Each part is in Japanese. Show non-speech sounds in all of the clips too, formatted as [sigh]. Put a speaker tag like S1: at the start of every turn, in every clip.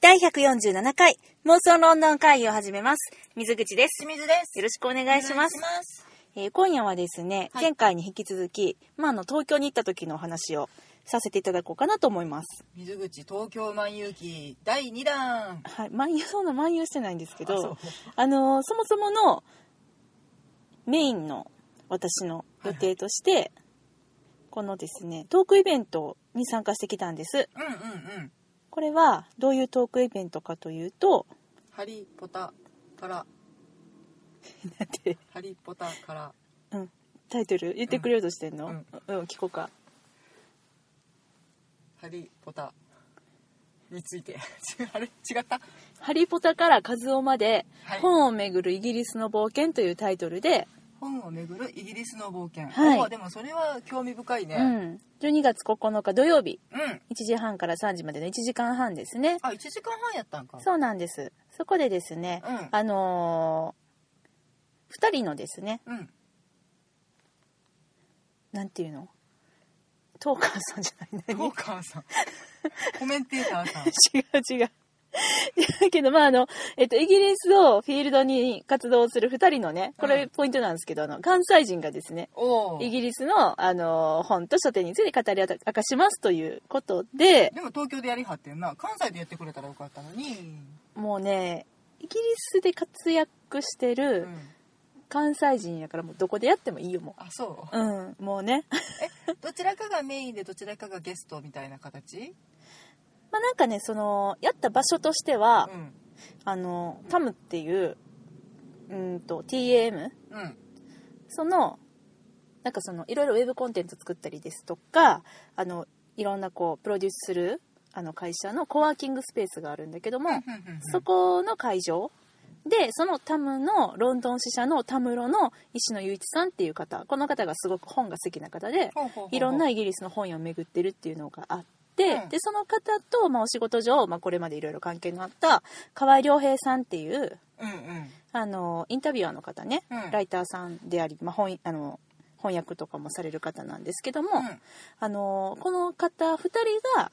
S1: 第147回、妄想ロンドン会議を始めます。水口です。
S2: 清水です。
S1: よろしくお願いします
S2: お。願いします
S1: えー今夜はですね、
S2: はい
S1: 前回に引き続き、まあ、あの、東京に行った時のお話をさせていただこうかなと思います。
S2: 水口東京万有記第2弾。
S1: はい。漫遊、そんな漫遊してないんですけ
S2: あ
S1: ど、
S2: そう
S1: あのー、そもそものメインの私の予定として、このですね、トークイベントに参加してきたんです。
S2: うんうんうん。
S1: これはどういうトークイベントかというと、
S2: [laughs] ハリポタから、
S1: なんて、
S2: ハリポタから。
S1: うん、タイトル言ってくれようとしてんの、う
S2: うんん、
S1: 聞こうか。
S2: ハリポタについて [laughs] あれ違った
S1: ハリポタからカズオまで
S2: はい
S1: 本をめぐるイギリスの冒険というタイトルで、
S2: 本をめぐるイギリスの冒険、
S1: はい
S2: おーでもそれは興味深いね
S1: う
S2: うん、
S1: ん、12月9日土曜日1時半から3時までの1時間半ですね。
S2: あ1時間半やったんか
S1: そうなんです。そこでですね、
S2: うん
S1: あのー、2人のですね、
S2: うん
S1: なんていうのトーカーさんじゃない
S2: お
S1: 何 [laughs]
S2: 母さんコメンテーターさん
S1: 違う違う。だけど、まあ、あの、えっと、イギリスをフィールドに活動する二人のね、こ
S2: う
S1: れ
S2: ん
S1: ポイントなんですけど、あの、関西人がですね、
S2: おお
S1: イ
S2: で
S1: ギリスの、あの、本と書店について語り明かしますということで、
S2: も東京でやりはってんな関西でやってくれたらよかったのに、
S1: もうね、イギリスで活躍して
S2: う
S1: る
S2: ん、
S1: 関西人やから、もうどこでやってもいいよ、も
S2: あそう
S1: う。うん、もうね。 [laughs]
S2: [laughs] どちらかがメインでどちらかがゲストみたいな形
S1: まあ、なんかね、その、やった場所としては、
S2: うん
S1: あの、タムっていう、うんと、TAM
S2: うん
S1: そのなんかそのいろいろウェブコンテンツ作ったりですとかあのいろんなこうプロデュースするあの会社のコワーキングスペースがあるんだけども、そこの会場でそのタムのロンドン支社のタムロの石野雄一さんっていう方この方がすごく本が好きな方で
S2: ほうほうほうほう
S1: いろんなイギリスの本屋を巡ってるっていうのがあって、
S2: うん
S1: でその方と、まあ、お仕事上、まあ、これまでいろいろ関係のあった河合良平さんっていう
S2: うんうん
S1: あのインタビュアーの方ね、
S2: うん
S1: ライターさんであり、まあ、本あの翻訳とかもされる方なんですけども、
S2: うん
S1: あのこの方2人が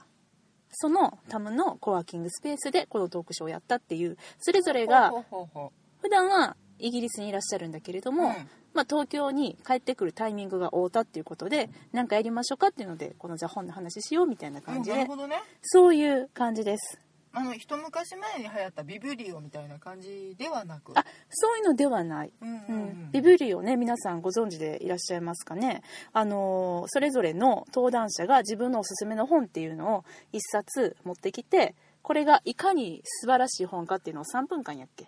S1: そのタムのコワーキングスペースでこのトークショーをやったっていうそれぞれが
S2: ほうほうほ
S1: 普段はイギリスにいらっしゃるんだけれど
S2: う
S1: も、
S2: うん
S1: まあ、東京に帰ってくるタイミングが合うたっていうことで何かやりましょうかっていうのでこのじゃあ本の話しようみたいな感じ
S2: うんな
S1: で
S2: るほどね
S1: そういう感じです。
S2: あの一昔前に流行ったビブリオみたいな感じではなく
S1: あそういうのではない
S2: うんう
S1: うんん、ビブリをね皆さんご存知でいらっしゃいますかね、あのーそれぞれの登壇者が自分のおすすめの本っていうのを一冊持ってきてこれがいかに素晴らしい本かっていうのを3分間やっけ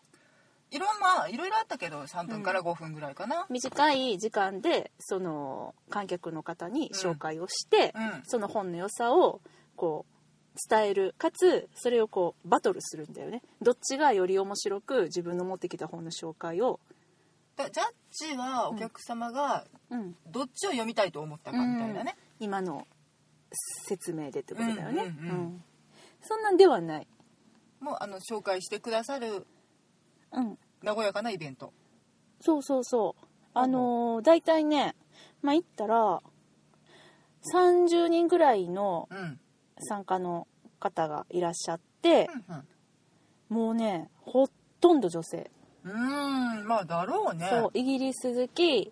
S2: いろんまあいろいろあったけど3分から5分ぐらいかな
S1: 短い時間でその観客の方に紹介をして、
S2: うん
S1: その本の良さをこう伝えるかつそれをこうバトルするんだよねどっちがより面白く自分の持ってきた本の紹介を、
S2: だジャッジはお客様が
S1: うん、
S2: どっちを読みたいと思ったかみたいなね
S1: 今の説明でってことだよね、
S2: うんうんうん
S1: うんそんなんではない、
S2: もうあの紹介してくださる
S1: うん、
S2: 和やかなイベント
S1: そうそうそうあのー、大体ねまあ行ったら30人ぐらいの
S2: うんうん
S1: 参加の方がいらっしゃって、
S2: うん
S1: もうねほとんど女性、
S2: うーんまあだろうね
S1: そうイギリス好き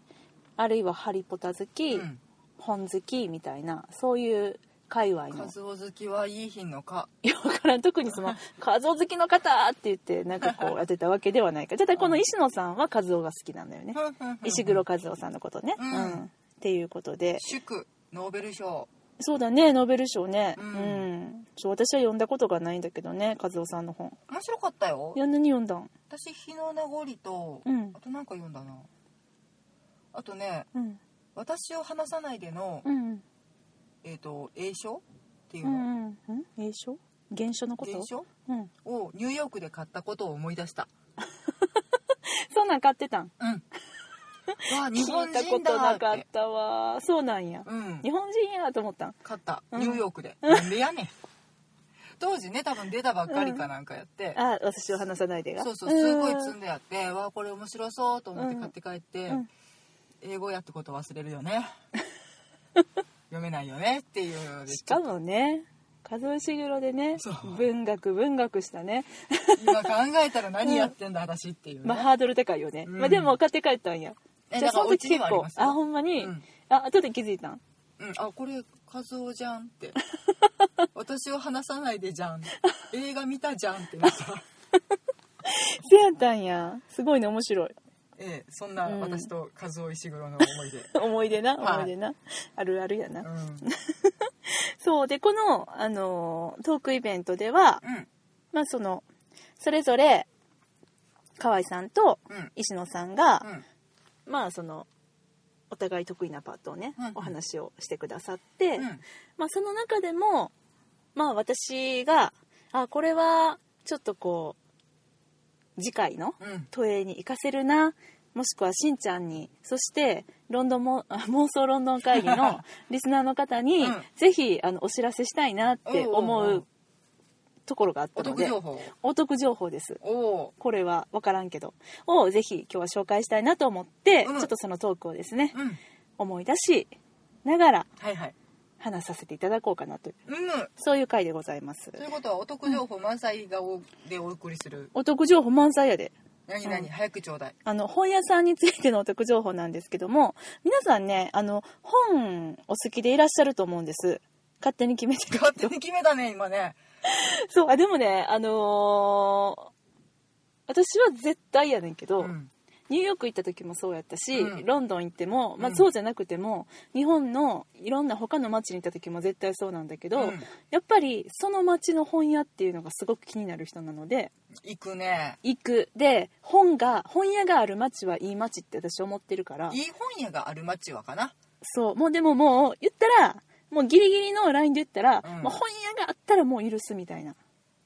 S1: あるいはハリポタ好き、
S2: うん
S1: 本好きみたいなそういう界隈の
S2: カズオ好きはいい品のか
S1: よくわからん特にそ
S2: [laughs]
S1: の「カズオ好きの方!」って言ってなんかこうやってたわけではない
S2: [laughs]
S1: からただこの石野さんはカズオが好きなんだよね石黒和夫さんのことね、う
S2: うんん
S1: っていうことで
S2: 祝ノーベル賞
S1: そうだねノーベル賞ねう
S2: うんん、
S1: そう私は読んだことがないんだけどね和夫さんの本
S2: 面白かったよ
S1: いや何読んだん
S2: 私日の名残と、
S1: うん
S2: あとなんか読んだなあとね
S1: うん
S2: 「私を話さないでの」
S1: うん
S2: えー、と英書っていう
S1: う
S2: の、
S1: んうん英書原書のこと
S2: 原書
S1: うん
S2: をニューヨークで買ったことを思い出した
S1: そんなん買ってたん
S2: うん
S1: [laughs]
S2: わあ日
S1: 聞
S2: 本
S1: いたこ
S2: 人
S1: と
S2: だ
S1: な
S2: っ
S1: かってたわそうなんや
S2: うん
S1: 日本人やと思ったん
S2: 買った
S1: うん
S2: ニューヨークで、なんでやねん当時ね多分出たばっかりかなんかやって、
S1: あ私を話さないでが
S2: そうそうすごい
S1: うん
S2: 積んであって、わあこれ面白そうと思って買って帰って、
S1: うん
S2: 英語やってこと
S1: [laughs]
S2: 忘れるよね読めないよねっていうので
S1: しかもねカズオ石黒でね
S2: そう
S1: 文学文学したね、
S2: 今考えたら何やってんだ私っていうね、
S1: まあ、ハードル高いよね、
S2: うん
S1: まあ、でも買って帰ったんや
S2: え
S1: じゃあ
S2: だか
S1: そ
S2: ら
S1: の
S2: う
S1: 時
S2: ちに
S1: 結
S2: はあり
S1: 構
S2: ますよ
S1: あほんまに、
S2: うん
S1: あ後で気づいたん
S2: うん、あこれ和夫じゃんって
S1: [laughs]
S2: 私を話さないでじゃん映画見たじゃんってなった、
S1: せやったんやすごいね面白い [laughs]
S2: ええ、そんな
S1: うん
S2: 私と和夫石黒の思い出、
S1: 思い出な
S2: はい
S1: 思い出な、あるあるやな、
S2: うん、うん
S1: そうでこの、あのートークイベントでは、まあそのそれぞれ河合さんと
S2: うん
S1: 石野さんが、
S2: うん
S1: まあそのお互い得意なパートをね、
S2: うんうん
S1: お話をしてくださって、
S2: うん
S1: まあ、その中でも、まあ、私があこれはちょっとこう次回の
S2: うん
S1: 都営に行かせるなもしくはしんちゃんにそしてロンドンもあ妄想ロンドン会議
S2: [laughs]
S1: のリスナーの方に、
S2: うん
S1: ぜひあのお知らせしたいなって
S2: おうお
S1: 思
S2: うお
S1: う
S2: う
S1: ところがあっ
S2: お
S1: たの
S2: 得
S1: で
S2: 情報
S1: お得情報です。
S2: おお
S1: これは分からんけどをぜひ今日は紹介したいなと思って、
S2: うん
S1: ちょっとそのトークをですね
S2: ーうん
S1: 思い出しながら
S2: はいはい
S1: 話させていただこうかなという
S2: うん
S1: そういう回でございます
S2: ということはお得情報満載がおでお送りする
S1: お得情報満載やで
S2: 何々、
S1: うん
S2: 早くちょうだい
S1: あの本屋さんについてのお得情報なんですけども皆さんねあの本お好きでいらっしゃると思うんです勝手に決めて
S2: 勝手に決めたね今ね
S1: そうあでもねあのー私は絶対やねんけど、
S2: うん
S1: ニューヨーク行った時もそうやったし、
S2: うん
S1: ロンドン行っても、まあ、
S2: うん
S1: そうじゃなくても、日本のいろんな他の街に行った時も絶対そうなんだけど、
S2: うん
S1: やっぱりその街の本屋っていうのがすごく気になる人なので
S2: 行くね
S1: 行くで本が本屋がある街はいい街って私思ってるから
S2: いい本屋がある街はかな
S1: そうもうでももう言ったらもうギリギリのラインで言ったら、
S2: うん
S1: もう本屋があったらもう許すみたいな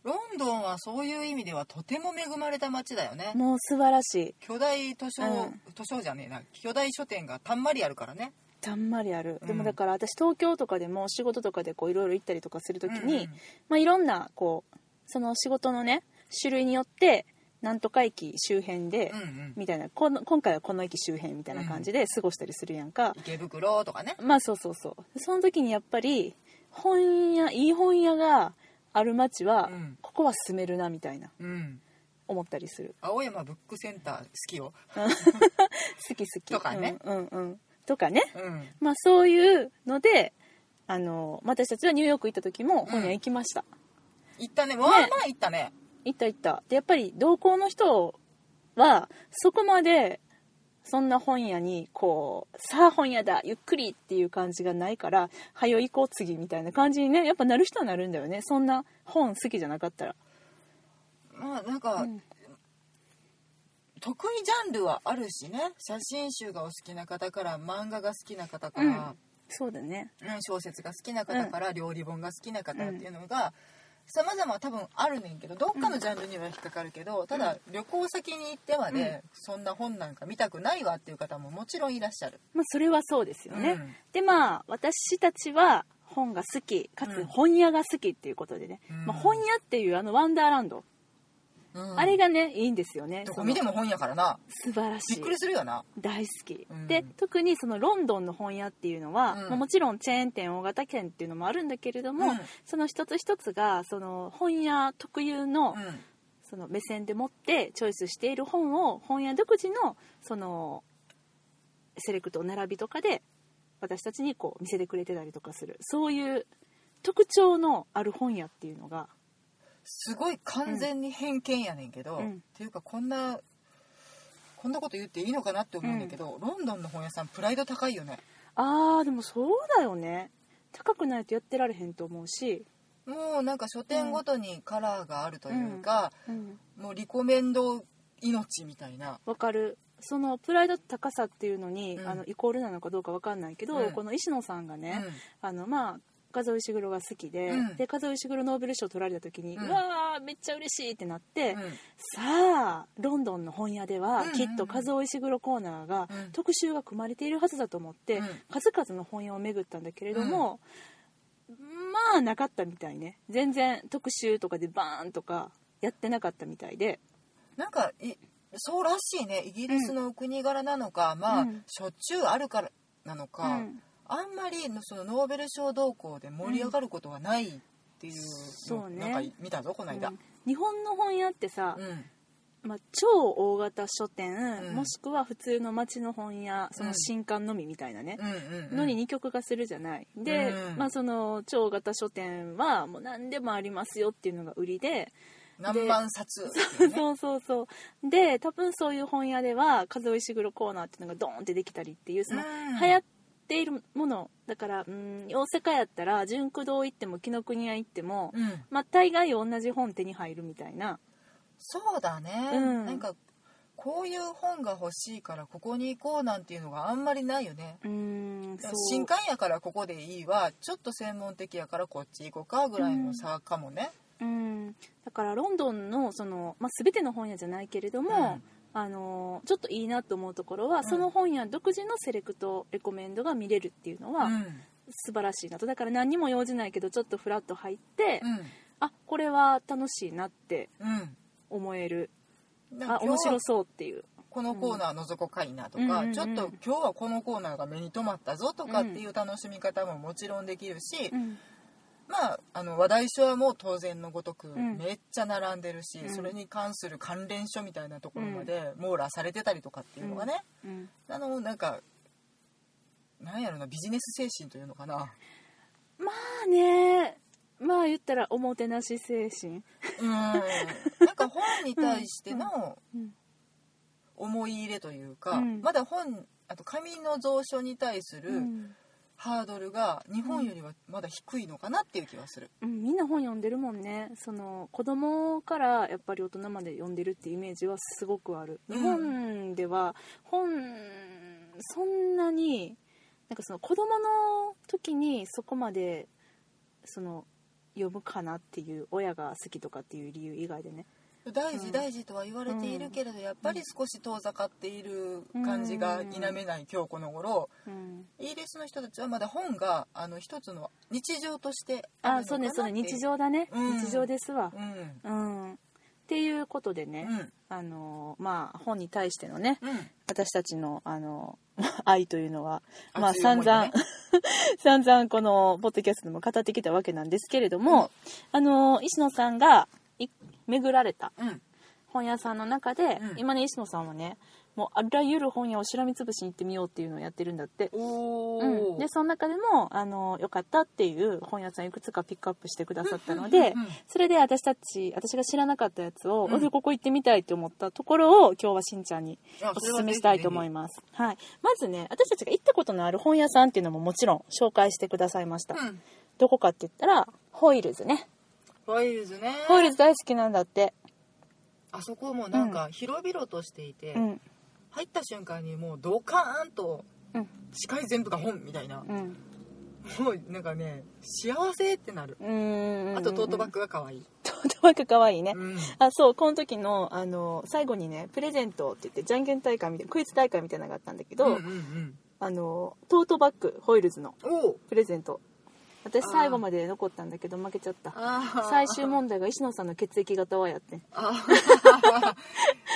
S2: ロンドンはそういう意味ではとても恵まれた街だよね
S1: もう素晴らしい
S2: 巨大図書、
S1: うん
S2: 図書じゃねえな巨大書店がたんまりあるからね
S1: たんまりある、で
S2: う
S1: も
S2: ん
S1: だから私東京とかでも仕事とかでこういろいろ行ったりとかするときに、
S2: うんうん
S1: まあ、いろんなこうその仕事のね種類によってなんとか駅周辺で、
S2: うんうん
S1: みたいなこの今回はこの駅周辺みたいな感じで過ごしたりするやんか、
S2: 池袋とかね
S1: まあそうそうそうその時にやっぱり本屋いい本屋がある街は、
S2: うん
S1: ここは住めるなみたいな
S2: うん
S1: 思ったりする
S2: 青山ブックセンター好きよ
S1: 好き好き
S2: とかね
S1: うんうんうんとかね
S2: うん
S1: まあそういうのであの私たちはニューヨーク行った時も本屋行きました、
S2: 行ったねまあまあ行ったね
S1: 行った行ったでやっぱり同行の人はそこまでそんな本屋にこう「さあ本屋だゆっくり」っていう感じがないから「はよ行こう次」みたいな感じにねやっぱなる人はなるんだよねそんな本好きじゃなかったら
S2: まあなんか、
S1: うん
S2: 得意ジャンルはあるしね写真集がお好きな方から漫画が好きな方から、
S1: そうだね
S2: うん小説が好きな方から料理本が好きな方っていうのが様々多分あるねんけどどっかのジャンルには引っかかるけどただ旅行先に行ってはねそんな本なんか見たくないわっていう方ももちろんいらっしゃる。
S1: まあそれはそうですよね、
S2: うん
S1: でまあ私たちは本が好きか
S2: う
S1: つ
S2: ん
S1: 本屋が好きっていうことでね、
S2: うん
S1: まあ、本屋っていうあのワンダーランド、
S2: うん
S1: あれがねいいんですよね
S2: どこ見ても本やからな
S1: その素晴らしい
S2: びっくりするよな。
S1: 大好き、
S2: うん
S1: で特にそのロンドンの本屋っていうのは、
S2: うん
S1: まあもちろんチェーン店大型店っていうのもあるんだけれども、
S2: うん
S1: その一つ一つがその本屋特有の
S2: うん
S1: その目線でもってチョイスしている本を本屋独自のそのセレクト並びとかで私たちにこう見せてくれてたりとかするそういう特徴のある本屋っていうのが
S2: すごい完全に偏見やねんけど、
S1: うん
S2: っていうかこんなこんなこと言っていいのかなって思うんだけど、ロンドンの本屋さんプライド高いよね
S1: あーでもそうだよね高くないとやってられへんと思うし、
S2: もうなんか書店ごとにカラーがあるというか、もうリコメンド命みたいな
S1: わかるそのプライド高さっていうのに、
S2: うん
S1: あのイコールなのかどうかわかんないけど、
S2: うん
S1: この石野さんがね、あのまあ画像石黒が好きで、
S2: うん
S1: で画像石黒ノーベル賞取られた時に、う
S2: うん
S1: わーめっちゃ嬉しいってなって、
S2: うんうん
S1: さあロンドンの本屋では、
S2: うんうんうん
S1: きっと画像石黒コーナーが、
S2: うん
S1: 特集が組まれているはずだと思って、
S2: うん
S1: 数々の本屋を巡ったんだけれども、まあなかったみたいね全然特集とかでバーンとかやってなかったみたいで。
S2: なんかいそうらしいねイギリスのお国柄なのか、ま
S1: う
S2: あ
S1: ん
S2: しょっちゅうあるからなのか、
S1: うん
S2: あんまりのそのノーベル賞動向で盛り上がることがないっていう
S1: そうね
S2: なんか見たぞこの間、
S1: うん日本の本屋ってさ、
S2: うん
S1: まあ、超大型書店、
S2: うん
S1: もしくは普通の町の本屋その新刊のみみたいなね、
S2: うんうんうん
S1: のに二極化するじゃない。で、
S2: うん
S1: まあその超大型書店はもう何でもありますよっていうのが売りで、
S2: 何万冊っていう
S1: [laughs]
S2: ね
S1: そうそうそう。で、多分そういう本屋では風石黒コーナーっていうのがドーンってできたりっていうその
S2: うん
S1: 流行っているものだから、うん、大阪やったら純駆堂行っても紀ノ国屋行っても、
S2: うん
S1: まあ大概同じ本手に入るみたいな。
S2: そうだね、
S1: うん
S2: なんかこういう本が欲しいからここに行こうなんていうのがあんまりないよね
S1: うん、そう。
S2: 新刊やからここでいいわちょっと専門的やからこっち行こうかぐらいの差かもね、
S1: うん、だからロンドンのその、まあ、全ての本屋じゃないけれども、あのちょっといいなと思うところは、
S2: ん
S1: その本屋独自のセレクトレコメンドが見れるっていうの
S2: う
S1: は
S2: ん
S1: 素晴らしいなとだから何にも用事ないけどちょっとフラッと入って、
S2: うん
S1: あこれは楽しいなって
S2: うん
S1: 思える
S2: なん
S1: あ
S2: か今
S1: 面
S2: 日
S1: 白
S2: は
S1: そうっていう
S2: このコーナー覗こかいなと
S1: うんうん
S2: か、
S1: うんうん
S2: ちょっと今日はこのコーナーが目に留まったぞとかっていう楽しみ方ももちろんできるし、
S1: うん
S2: まああの話題書はもう当然のごとく
S1: ん
S2: めっちゃ並んでるし、
S1: うん
S2: それに関する関連書みたいなところまで網羅されてたりとかっていうのがね、
S1: うん
S2: あのなんかなんやろなビジネス精神というの
S1: [laughs]
S2: かな、
S1: まあねまあ言ったらおもてなし精神
S2: うん、なんか本に対しての
S1: うん
S2: 思い入れというか、
S1: うん
S2: まだ本あと紙の蔵書に対する、
S1: うん
S2: ハードルが日本よりはまだ低いのかなっていう気はする。
S1: うん、みんな本読んでるもんねその子供からやっぱり大人まで読んでるってイメージはすごくある、
S2: うん
S1: 日本では本そんなになんかその子供の時にそこまでその読むかなっていう親が好きとかっていう理由以外でね
S2: 大
S1: う
S2: 事
S1: ん
S2: 大事とは言われているけれど、やっぱり少し遠ざかっている感じが否めない今日この頃
S1: うん
S2: イギリスの人たちはまだ本があの一つの日常として
S1: あ
S2: るのかな
S1: そうねそうね
S2: ってい
S1: 日常だね、
S2: うん
S1: 日常ですわ
S2: うん
S1: うん、っていうことでね、
S2: うん
S1: あのまあ本に対してのね
S2: うん
S1: 私たちのあの [laughs] 愛というのは、まあ、
S2: 熱い思
S1: 散
S2: いだ
S1: 々、
S2: ね
S1: 散々 [laughs] このポッドキャストでも語ってきたわけなんですけれども、あの石野さんがい巡られた
S2: うん
S1: 本屋さんの中で、
S2: うん
S1: 今ね石野さんはねもうあらゆる本屋をしらみつぶしに行ってみようっていうのをやってるんだって。
S2: お
S1: う
S2: お
S1: ん、でその中でもあの良かったっていう本屋さんいくつかピックアップしてくださったのでそれで私たち私が知らなかったやつを、
S2: うん
S1: おいここ行ってみたいって思ったところを今日はしんちゃんにおすすめしたいと思い
S2: ま
S1: ます。はい。まずね、私たちが行ったことのある本屋さんっていうのももちろん紹介してくださいました。
S2: うん
S1: どこかって言ったら、ホイールズね。
S2: ワイルズね
S1: ホイールズ大好きなんだって。
S2: あそこもなんか広々としていて、
S1: うん。
S2: 入った瞬間にもうドカーンと
S1: うん。
S2: 視界全部が本みたいな
S1: うん。
S2: もうなんかね幸せってなる
S1: うーん。
S2: あとトートバッ
S1: グ。
S2: グが可愛い、
S1: トートバッグかわいいね。
S2: うん
S1: あそうこの時のあの最後にねプレゼントって言ってじゃんけん大会みたいなクイズ大会みたいなのがあったんだけど、
S2: んうんうん
S1: あのトートバッグホイールズの
S2: おう
S1: プレゼント私
S2: あー
S1: 最後まで残ったんだけど負けちゃった
S2: あ
S1: 最終問題が石野さんの血液型はやってん
S2: あ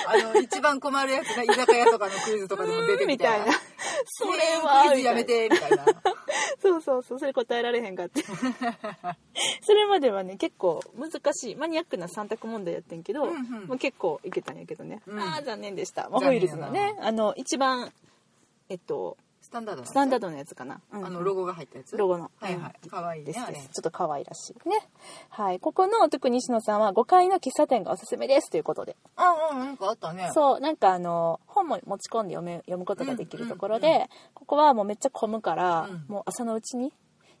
S2: あの一番困るやつが居酒屋とかのクイズとかでも出て
S1: み
S2: き
S1: たいな [laughs] そ
S2: そ
S1: れ
S2: れ
S1: は
S2: はクイズやめてみたいな
S1: そうそうそうそれ答えられへんかって [laughs] それまではね結構難しいマニアックな3択問題やってんけど、
S2: うんうん
S1: もう結構いけたんやけどね、
S2: うん
S1: ああ残念でした、まあ、
S2: 残
S1: ホイ
S2: 念やな
S1: ールズのねあの一番えっと
S2: スタンダード
S1: スタンダー
S2: ー
S1: ドのやつかな、うん
S2: あのロゴが入ったやつ
S1: ロゴの
S2: はいはい
S1: うん
S2: 可愛いね
S1: です
S2: あ
S1: で
S2: れ
S1: すちょっと可愛らしいねはいここの特に西野さんは5階の喫茶店がおすすめですということで
S2: ああなんかあったね
S1: そうなんかあの本も持ち込んで読め読むことができるところで、
S2: うんう
S1: ここはもうめっちゃ混むから、
S2: うん
S1: もう朝のうちに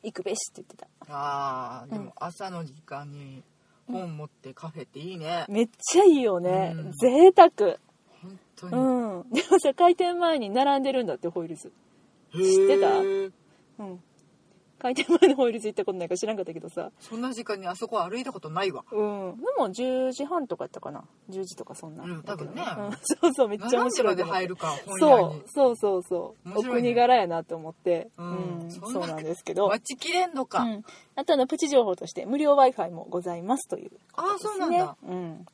S1: 行くべしって言ってた
S2: あーでも朝の時間に本持ってカフェっていいね、
S1: めっちゃいいよね、
S2: うん
S1: 贅沢
S2: 本
S1: う
S2: 当に、
S1: んでもさ開店前に並んでるんだってホイールズ知ってた
S2: へー
S1: うん開店前のホイールズ行ったことないから知らんかったけどさ
S2: そんな時間にあそこ歩いたことないわ
S1: うんでも10時半とかやったかな10時とかそんな、
S2: うん多分ね
S1: うん [laughs] そうそうめっちゃ面
S2: 何時
S1: 白
S2: ま
S1: いと
S2: で
S1: 思って
S2: 入るか本屋
S1: そ
S2: に
S1: うそうそうそう、
S2: 面
S1: お
S2: 白いね
S1: 国柄やなと思って、
S2: うん
S1: うん
S2: そんな
S1: そうなんですけど
S2: 待ちきれんのか、
S1: うん、あとあのプチ情報として無料 w i f i もございますということです、ね、
S2: あそうなんだ
S1: うん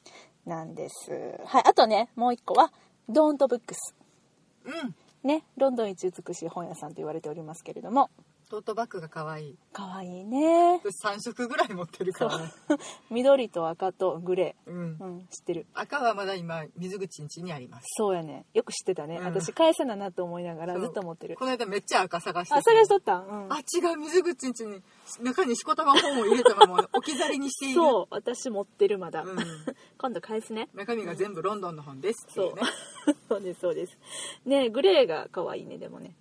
S1: なんですはいあとねもう一個はドーントブックス
S2: うん
S1: ねロンドン一美しい本屋さんと言われておりますけれども
S2: トートバッグが可愛い
S1: かわいいね
S2: 私3色ぐらい持ってるからね
S1: 緑と赤とグレ
S2: うん
S1: ー、うん、知ってる
S2: 赤はまだ今水口ん家にあります
S1: そうやねよく知ってたね、
S2: うん
S1: 私返せななと思いながら
S2: そう
S1: ずっと持ってる
S2: この間めっちゃ赤探してて
S1: あそれしとったうん
S2: あ違う水口ん家に中にしこたま本を入れたまま置き去りにしている
S1: そう私持ってるまだ、
S2: うん
S1: [laughs] 今度返すね [laughs]
S2: 中身が全部ロンドンの本ですっていうね
S1: そうですそうですねグレーが可愛いねでもね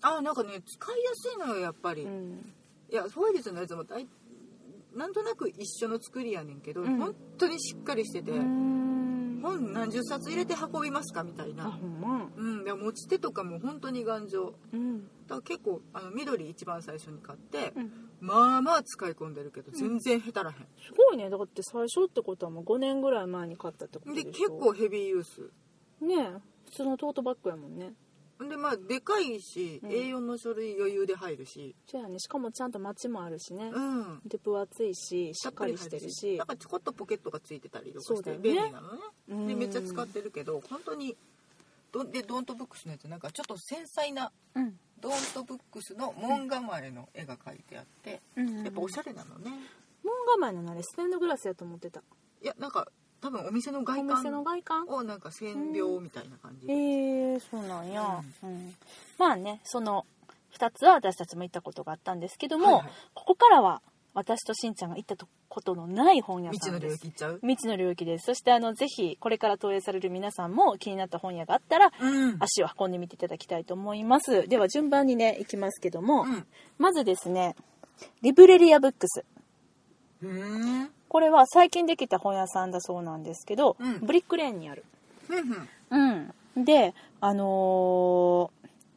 S2: あなんかね使いやすいのよやっぱり、
S1: うん
S2: いやホイルズのやつも大なんとなく一緒の作りやねんけど、
S1: うん
S2: 本当にしっかりしてて、
S1: うん
S2: 本何十冊入れて運びますかみたい
S1: あ
S2: な
S1: ほんま
S2: うんでも持ち手とかも本当に頑丈
S1: うん
S2: だから結構あの緑一番最初に買って、
S1: うん
S2: まあまあ使い込んでるけど全然へたらへ
S1: すごいねだって最初ってことはもう5年ぐらい前に買ったってこと
S2: ん
S1: で
S2: で
S1: しょ
S2: 結構ヘビーユース
S1: ねえ普通のトートバッグやもんね
S2: でまあでかいし、
S1: うん
S2: A4 の書類余裕で入るし
S1: そうやねしかもちゃんとマチもあるしね、
S2: うん
S1: で分厚いししっかりしてるし
S2: なんかちょこっとポケットがついてたりとか
S1: そう
S2: し
S1: だ
S2: て
S1: よね
S2: 便利なのね
S1: うん
S2: でめっちゃ使ってるけど本当にどでドーントブックスのやつなんかちょっと繊細な
S1: うん
S2: ドーントブックスの門構えの絵が描いてあって、
S1: うん
S2: やっぱおしゃれなのね
S1: 門構えのあれステンドグラスやと思ってた
S2: いやなんか多分お店の
S1: お
S2: 外
S1: 店の
S2: 観
S1: 外観
S2: をなんか線描みたいな感じ、
S1: えー、そうなんや、うんまあねその2つは私たちも行ったことがあったんですけども、
S2: はいはい
S1: ここからは私としんちゃんが行ったとことのない本屋
S2: 未
S1: さ
S2: 知の
S1: ん
S2: 領
S1: です
S2: 域行っちゃう
S1: 未知の領域ですそしてあのぜひこれから投影される皆さんも気になった本屋があったら
S2: うん
S1: 足を運んでみていただきたいと思いますでは順番にね行きますけども、
S2: うん
S1: まずですねリブレリアブックス
S2: うん
S1: これは最近できた本屋さんだそうなんですけど、
S2: うん
S1: ブリックレーンにある
S2: ふんふん
S1: うん、で、あのー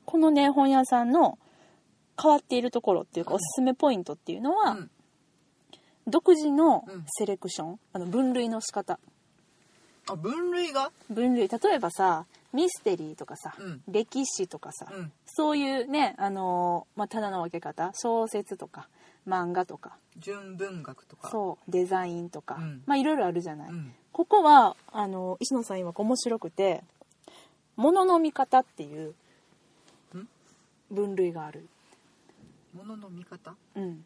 S1: このね本屋さんの変わっているところっていうかおすすめポイントっていうのは、
S2: うん
S1: 独自の
S2: うん
S1: セレクション、あの分類の仕方
S2: あ分類が
S1: 分類例えばさミステリーとかさ、
S2: うん
S1: 歴史とかさ、
S2: うん
S1: そういうね、あのーまあ、棚の分け方小説とか漫画とか
S2: 純文学とか
S1: そうデザインとか、
S2: うん
S1: まあいろいろあるじゃない、
S2: うん
S1: ここはあの石野さん今面白くて「ものの見方」っていうん分類がある。
S2: 物の見方
S1: うん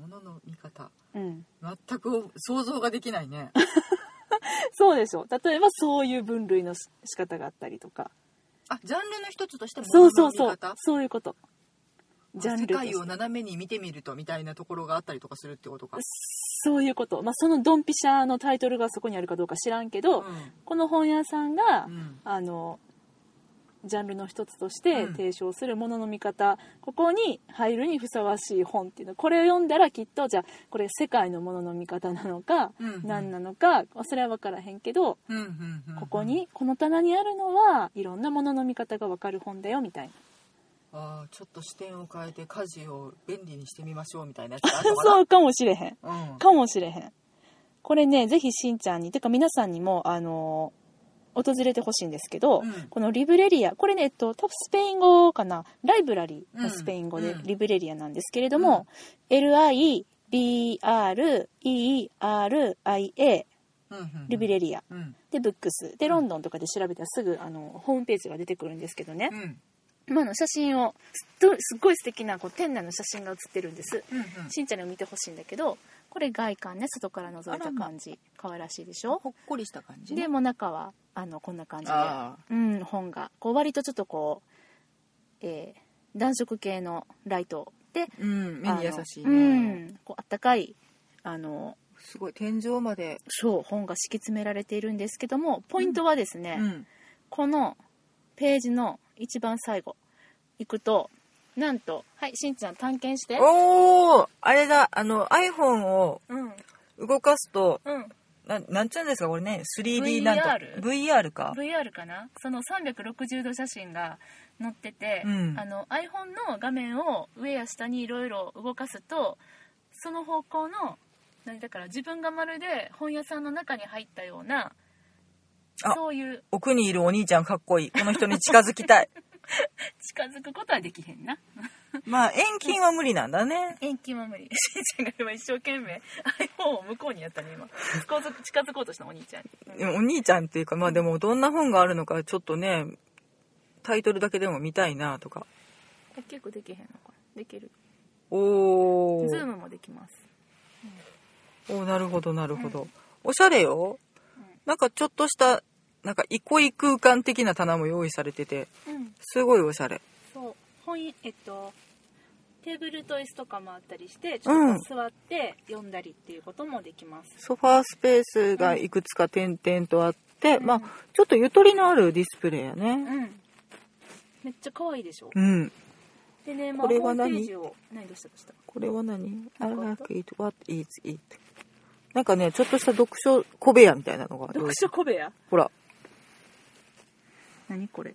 S2: 物の見方
S1: うん、
S2: 全く想像ができな
S1: [laughs]
S2: いね
S1: そうでしょ例えばそういう分類のし仕方があったりとか
S2: あジャンルの一つとして
S1: そ
S2: 物
S1: うそう
S2: の見
S1: そう
S2: 方
S1: そういうことジャンル
S2: 世
S1: とし
S2: 界
S1: て
S2: を斜めに見てみるとみたいなところがあったりとかするってことか、
S1: そういうこと、まあ、そのドンピシャのタイトルがそこにあるかどうか知らんけど、
S2: う
S1: この本屋さんが、
S2: んうん
S1: あのジャンルの一つとして
S2: うん
S1: 提唱するものの見方、ここに入るにふさわしい本っていうのこれを読んだらきっとじゃあこれ世界のものの見方なのか、
S2: うん
S1: 何なのかそれは分からへんけど、
S2: うんうんうん
S1: ここにこの棚にあるのはいろんなものの見方が分かる本だよみたいな
S2: ああちょっと視点を変えて家事を便利にしてみましょうみたいなやつがあるのかな
S1: [laughs] そうかもしれへん
S2: う、ん、
S1: かもしれへんこれねぜひしんちゃんにてか皆さんにもあの訪れてほしいんですけど、
S2: うん
S1: このリブレリアこれねえっと多分スペイン語かなライブラリーのスペイン語で
S2: うん
S1: リブレリアなんですけれども、LIBRERIA
S2: うんうんうん
S1: リブレリア
S2: うん
S1: でブックスでロンドンとかで調べたらすぐあのホームページが出てくるんですけどね
S2: う、んうん
S1: 今の写真をすっごいすっごい素敵なこう店内の写真が写ってるんです
S2: うん
S1: しんちゃんにも見てほしいんだけどこれ外観ね外から覗いた感じ可愛らしいでしょ
S2: ほっこりした感じね
S1: でもう中はあのこんな感じで、
S2: あ
S1: うん、本がこう割とちょっとこう、えー暖色系のライトで
S2: あうん目に優しい
S1: あのう
S2: ね
S1: んこうあったかいあの
S2: すごい天井まで
S1: そう本が敷き詰められているんですけどもポイントはですね、
S2: うん
S1: このページの一番最後行くとなんとはいしんちゃん探検して
S2: おおあれだあの iPhone を
S1: うん
S2: 動かすと
S1: うん
S2: なんなんちゅうんですかこれね 3D なんと VR か
S1: VR かなその360度写真が載ってて、
S2: うん
S1: あの iPhone の画面を上や下にいろいろ動かすとその方向の何だから自分がまるで本屋さんの中に入ったような
S2: あ
S1: そういう
S2: 奥にいるお兄ちゃんかっこいいこの人に近づきたい [laughs]
S1: 近づくことはできへんな
S2: まあ遠近は無理なんだね
S1: 遠近は無 [laughs] 理しんちゃんが今一生懸命 iPhone を向こうにやったね今近づく近づこうとしたお兄ちゃんに、うん
S2: でもお兄ちゃんっていうかまあでもどんな本があるのかちょっとねタイトルだけでも見たいなとか
S1: え結構できへんのかできる
S2: おお
S1: ズームもできます
S2: おなるほどなるほど、おしゃれよ、なんかちょっとしたなんか憩い空間的な棚も用意されてて
S1: うん
S2: すごいおしゃれ
S1: そう本いえっとテーブルと椅子とかもあったりしてちょっと座って読んだりっていうこともできます、
S2: ソファースペースがいくつか点々とあって、
S1: うん
S2: まあちょっとゆとりのあるディスプレイやね
S1: うんめっちゃ可愛いでしょ
S2: うん
S1: でね、まあ、
S2: これ
S1: ホー
S2: は
S1: ムペ
S2: 何
S1: ージを何どうしたどうした
S2: これは何
S1: な
S2: I
S1: んかあった
S2: like it what is it なんかねちょっとした読書小部屋みたいなのが
S1: 読書小部屋
S2: ほら
S1: 何これ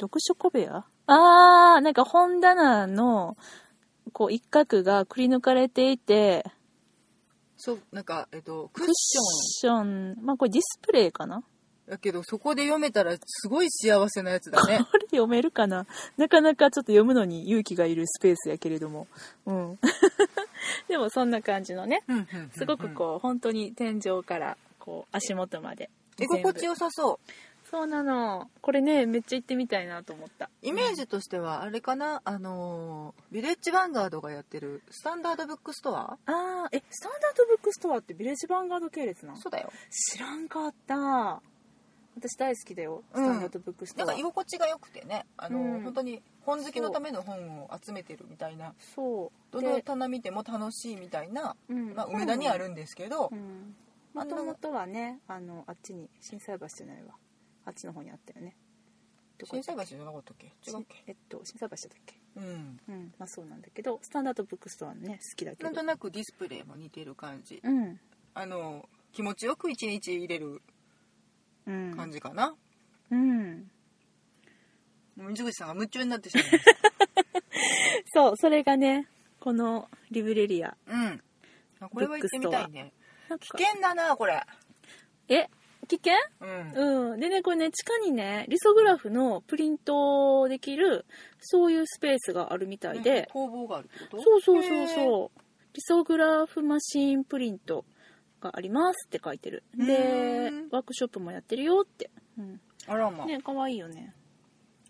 S1: 読書小部屋あーなんか本棚のこう一角がくり抜かれていて
S2: そうなんかえっとク
S1: ク
S2: ッ
S1: ッションまあこれディスプレイかな
S2: だけどそこで読めたらすごい幸せなやつだね
S1: これ読めるかななかなかちょっと読むのに勇気がいるスペースやけれどもうん [laughs] でもそんな感じのねすごくこう本当に天井からこう足元まで
S2: 居心地
S1: 全部
S2: よさそう
S1: そうなのこれねめっちゃ行ってみたいなと思った
S2: イメージとしてはあれかなあのービレッジヴァンガードがやってるスタンダードブックストア
S1: あーえスタンダードブックストアってビレッジヴァンガード系列なの
S2: そうだよ
S1: 知らんかった私大好きだよス
S2: うん
S1: タンダードブックスト
S2: な
S1: ア、
S2: んか居心地が良くてねあのー、
S1: うん
S2: 本当に本好きのための本を集めてるみたいな
S1: そう
S2: どの、棚見ても楽しいみたいな、
S1: うん
S2: まあ、梅田にあるんですけど、
S1: うんもともとはねあのあっちに心斎橋じゃないわあっちの方にあったよねどこ
S2: 心斎橋じゃなかったっけ違うっけ
S1: えっと心斎橋だったっけ
S2: うん
S1: うんまあそうなんだけどスタンダードブックストアのね好きだけ
S2: な
S1: ど
S2: んとなくディスプレイも似てる感じ
S1: うん
S2: あのー気持ちよく一日入れる
S1: うん
S2: 感じかな、
S1: うん
S2: もう水口さんが夢中になってしまいまし
S1: そうそれがねこのリブレリア
S2: [laughs] たうんあこれは行ってみたいね
S1: なんか
S2: 危険だなこれ
S1: え危険
S2: うん
S1: うん、でねこれね地下にねリソグラフのプリントできるそういうスペースがあるみたいで、
S2: 工房があるってこと
S1: そうそうそう
S2: へー
S1: そうリソグラフマシンプリントがありますって書いてるで
S2: うん
S1: ワークショップもやってるよって、うん、
S2: あらま、
S1: ね可愛いよね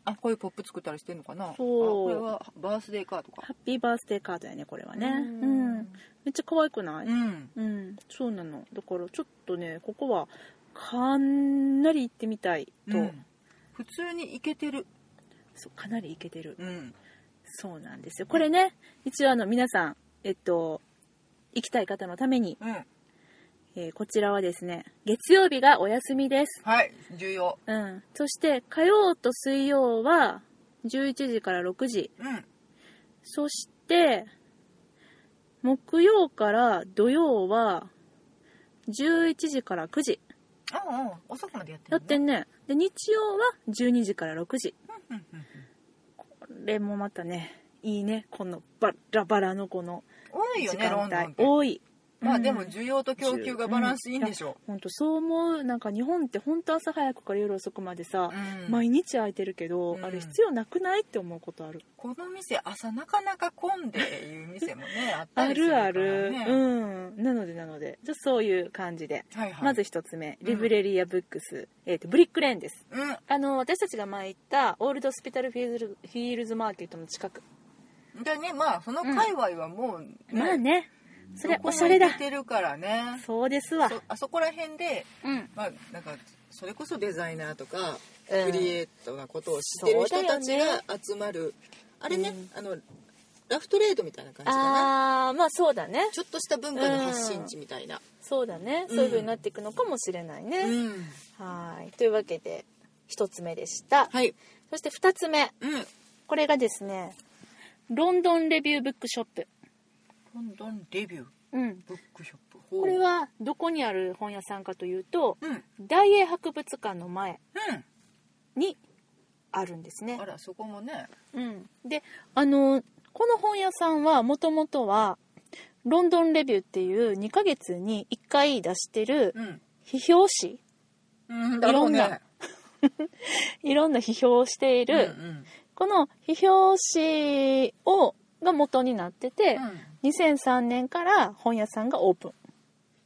S2: あこういうポップ作ったりしてんのかな
S1: そう
S2: あこれはバースデーカードか
S1: ハッピーバースデーカードやねこれはねうん
S2: うん
S1: めっちゃ可愛くない
S2: うん
S1: うん、そうなのだからちょっとねここはかなり行ってみたいと、
S2: うん普通にいけてる
S1: そうかなりいけてる
S2: うん
S1: そうなんですよ。これね、一応あの皆さん、えっと、行きたい方のために、
S2: うん
S1: えーこちらはですね、月曜日がお休みです。
S2: はい重要
S1: うん。そして、火曜と水曜は、11時から6時。
S2: うん
S1: そして、木曜から土曜は、11時から9時。
S2: あうん遅くまでやって
S1: や
S2: る
S1: って
S2: ね
S1: んね。で、日曜は12時から6時。
S2: うんうんうん
S1: これもまたね、いいね。このバラバラのこの
S2: 多いよ
S1: 時
S2: ねロ
S1: 間
S2: ンドンっ
S1: 帯。
S2: て
S1: 多い。
S2: まあ
S1: うん
S2: でも需要と供給がバランスいいんでしょ
S1: 本当そう思うなんか日本って本当朝早くから夜遅くまでさ
S2: う、、うん
S1: 毎日空いてるけど、
S2: うん
S1: あれ必要なくないって思うことある、
S2: この店朝なかなか混んでいう店も
S1: [laughs]
S2: ねあった
S1: あ
S2: りする
S1: る
S2: からね
S1: ある、うんなのでなのでじゃあそういう感じで、
S2: はいはい
S1: まず一つ目リブレリアブックス、えー、とブリックレーンです
S2: うん
S1: あの私たちが前行ったオールドスピタルフィールフィールズマーケットの近く、
S2: でねまあその界隈はもうね、
S1: まあねそれ
S2: どこも
S1: おしゃれだ
S2: 行けてるからね
S1: そうですわ
S2: そあそこら辺で
S1: うん
S2: まあなんかそれこそデザイナーとか
S1: うん
S2: クリエイトなことを知ってる人たちが集まる、あれね、
S1: うん
S2: あのラフトレードみたいな感じかな
S1: ああまあそうだね
S2: ちょっとした文化の発信地みたいな、
S1: そうだね、そういう風になっていくのかもしれないね、
S2: うん
S1: はい。というわけで、一つ目でした。
S2: はい、
S1: そして二つ目。
S2: うん、
S1: これがですね、ロンドンレビューブックショップ。
S2: ロンドンレビュー
S1: うん。
S2: ブックショップ
S1: これ、は、どこにある本屋さんかというと、
S2: うんうん、
S1: 大英博物館の前にあるんですね
S2: あ。らそこもね
S1: うん。で、あの、この本屋さんは、もともとは、ロンドンレビューっていう2ヶ月に1回出してる
S2: うん
S1: 批評誌、
S2: うん
S1: いろんないろんな批評をしてい
S2: うん
S1: る、この批評誌をが元になってて、2003年から本屋さんがオープ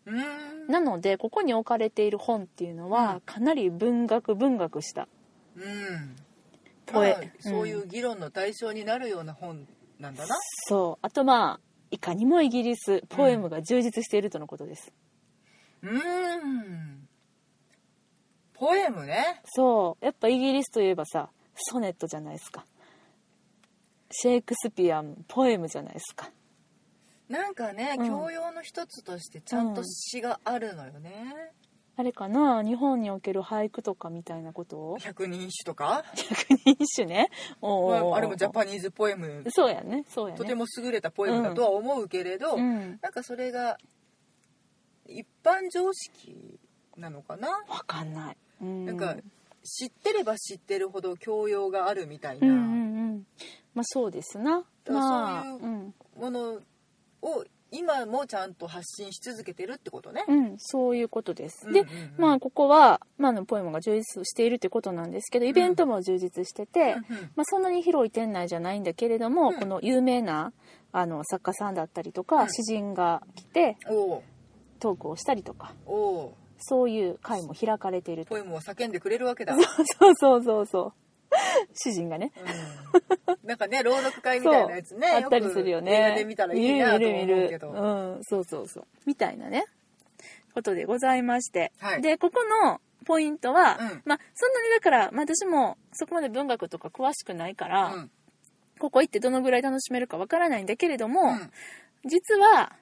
S2: うんうん
S1: ンなのでここに置かれている本っていうのはかなり文学文学した
S2: うん
S1: ポエ
S2: まあそういう議論の対象になるような本なんだな、
S1: そうあとまあいかにもイギリスポエムが充実しているとのことです、
S2: うーんポエムね
S1: そうやっぱイギリスといえばさソネットじゃないですかシェイクスピアもポエムじゃないですか
S2: なんかね、
S1: うん
S2: 教養の一つとしてちゃんと詩があるのよね、
S1: あれかな日本における俳句とかみたいなこと
S2: [laughs]
S1: を
S2: 百人一首とか、
S1: 百人一首ねおうおうおう
S2: まあ、あれもジャパニーズポエム、
S1: そうやねそうやね
S2: とても優れたポエムだとは思うけれど、
S1: うん
S2: なんかそれが一般常識なのかな、
S1: わかんない、うん、
S2: なんか知ってれば知ってるほど教養があるみたい
S1: うんう
S2: なん
S1: うんまあそうですな
S2: だから
S1: まあ
S2: そういう
S1: うん
S2: ものを今もちゃんと発信し続けてるってことね。
S1: うん、そういうことです。
S2: う
S1: で
S2: んうんうん、
S1: まあ、ここは、まあ、あのポエムが充実しているということなんですけどイベントも充実してて、
S2: うんうん
S1: まあ、そんなに広い店内じゃないんだけれども、
S2: うん
S1: この有名なあの作家さんだったりとか、
S2: うん
S1: 詩人が来て
S2: おう
S1: トークをしたりとか
S2: おう
S1: そういう会も開かれていると
S2: ポエムを叫んでくれるわけだ。
S1: そうそうそうそう [laughs] 詩人がね
S2: うんなんかね朗読会みたいなやつね
S1: そうあったりするよね
S2: く映画で見たらいいなと思うけど、
S1: うん、そうそうそうみたいなねことでございまして、
S2: はい
S1: でここのポイントは、ま
S2: うん
S1: あそんなにだから、まあ、私もそこまで文学とか詳しくないから、
S2: うん
S1: ここ行ってどのぐらい楽しめるかわからないんだけれども、
S2: うん
S1: 実は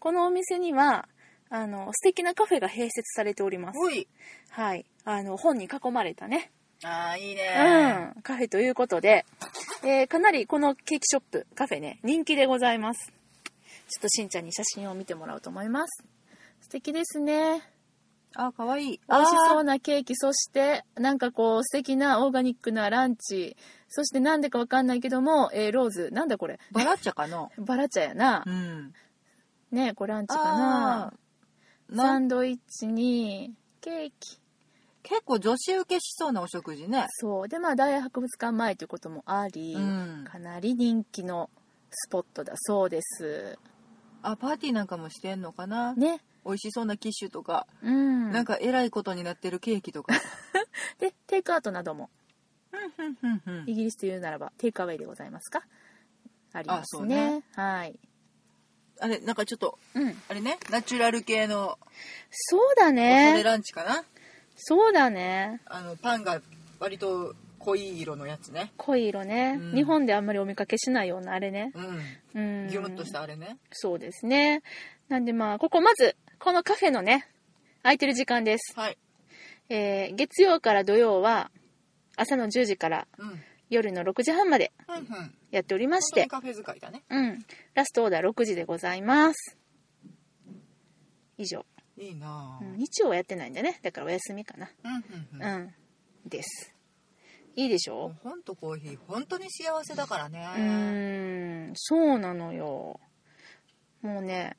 S1: このお店にはあの素敵なカフェが併設されております
S2: おい
S1: はいあの本に囲まれたね
S2: あーいいね、
S1: うん、カフェということで、えーかなりこのケーキショップカフェね人気でございますちょっとしんちゃんに写真を見てもらおうと思います素敵ですね
S2: あ可愛いい
S1: 美味しそう
S2: う
S1: なケーキそしてなんかこう素敵なオーガニックなランチそしてなんでかわかんないけども、えーローズなんだこれ
S2: バラッチャかな
S1: バラ茶やな
S2: うん
S1: ねこれランチかな
S2: あー
S1: サ
S2: なん
S1: ンドイッチにケーキ
S2: 結構女子受けしそうなお食事ね
S1: そうでまあ大博物館前ということもあり、
S2: うん
S1: かなり人気のスポットだそうです
S2: あパーティーなんかもしてんのかな、
S1: ね
S2: 美味しそうなキッシュとか、
S1: うん
S2: なんかえらいことになってるケーキとか
S1: でテイクアウトなども
S2: うんうんうん
S1: イギリスというならばテイクアウェイでございますかありま
S2: あ
S1: す
S2: そう
S1: ね
S2: ね
S1: はい、
S2: あれなんかちょっと
S1: うん、
S2: あれねナチュラル系の
S1: そうだ
S2: おしゃれ
S1: ね
S2: ランチかな、
S1: そうだね
S2: あのパンが割と濃い色のやつね
S1: 濃い色ね、
S2: うん
S1: 日本であんまりお見かけしないようなあれね
S2: う
S1: うんん
S2: ギュムッとしたあれね
S1: そうですねなんでまあここまずこのカフェのね空いてる時間です
S2: はい
S1: えー月曜から土曜は朝の10時から
S2: うんうん
S1: 夜の6時半まで
S2: うん本
S1: やっておりまし
S2: 当に
S1: て、
S2: カフェ使いだね
S1: うん、ラストオーダー6時でございます以上、
S2: いいな
S1: う
S2: ぁ
S1: ん、日曜はやってないんだねだからお休みかな
S2: うんうんうん
S1: うんですいいでしょ
S2: もう本とコーヒー本当に幸せだから
S1: う
S2: ね
S1: ーんそうなのよもうね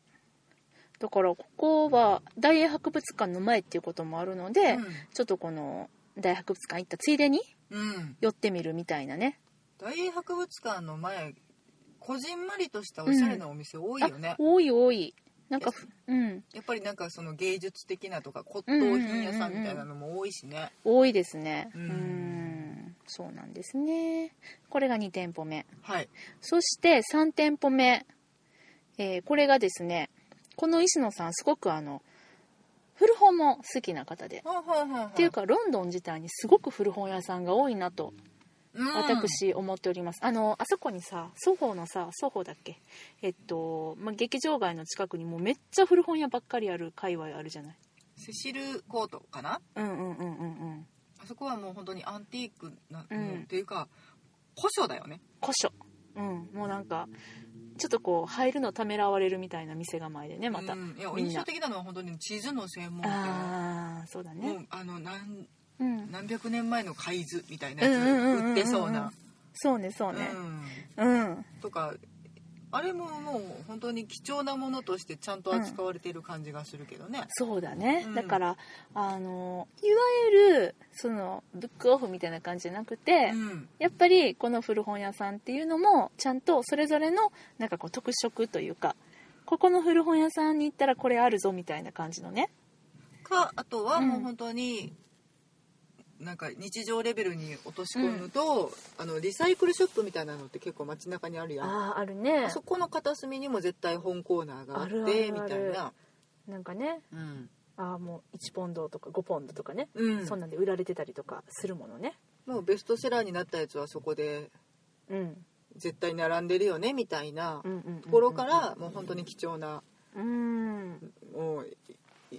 S1: だからここは大英博物館の前っていうこともあるので、ちょっとこの大博物館行ったついでに
S2: うん、うん、
S1: 寄ってみるみたいなね
S2: 大英博物館の前こじんまりとしたおしゃれなお店多いよね
S1: あ、多い多いなんかふうん
S2: やっぱりなんかその芸術的なとか骨董品屋さんみたいなのも多いしね
S1: 多いですねう
S2: うんん
S1: そうなんですねこれが2店舗目
S2: はい
S1: そして3店舗目、えーこれがですねこの石野さんすごくあの古本も好きな方で、
S2: ほんほんほんほん
S1: っていうかロンドン自体にすごく古本屋さんが多いなと
S2: うん
S1: 私思っております、あのあそこにさ双方のさ双方だっけえっと、まあ、劇場街の近くにもうめっちゃ古本屋ばっかりある界隈あるじゃない
S2: セシルコートかな
S1: うんうんうんうんうん
S2: あそこはもう本当にアンティークな、
S1: うん
S2: もうっていうか古書だよね
S1: 古書うんもうなんかちょっとこう入るのためらわれるみたいな店構えでねまた、
S2: うん、いや
S1: みんな
S2: 印象的なのは本当に地図の専門店
S1: ああそうだね
S2: もうあの何
S1: うん
S2: 何百年前の海図みたいなやつ売ってそうな、
S1: そうねそううんねうん
S2: とかあれももう本当に貴重なものとしてちゃんと扱われている感じがするけどね、
S1: そうだね、
S2: うん
S1: だからあのいわゆるそのブックオフみたいな感じじゃなくて、
S2: うん
S1: やっぱりこの古本屋さんっていうのもちゃんとそれぞれのなんかこう特色というかここの古本屋さんに行ったらこれあるぞみたいな感じのね
S2: かあとはもうんう本当に、なんか日常レベルに落とし込むと、あのリサイクルショップみたいなのって結構街中にあるやんあ
S1: あああるね
S2: そこの片隅にも絶対本コーナーがあっ
S1: あるあるあ
S2: て
S1: る
S2: みたいな
S1: なんかね
S2: うん、
S1: ああもう1ポンドとか5ポンドとかね、
S2: うん
S1: そんなんで売られてたりとかするものね
S2: もうベストセラーになったやつはそこで
S1: うん
S2: 絶対並んでるよねみたいな
S1: うんうんうんうん
S2: ところからもう本当に貴重な
S1: うん
S2: もう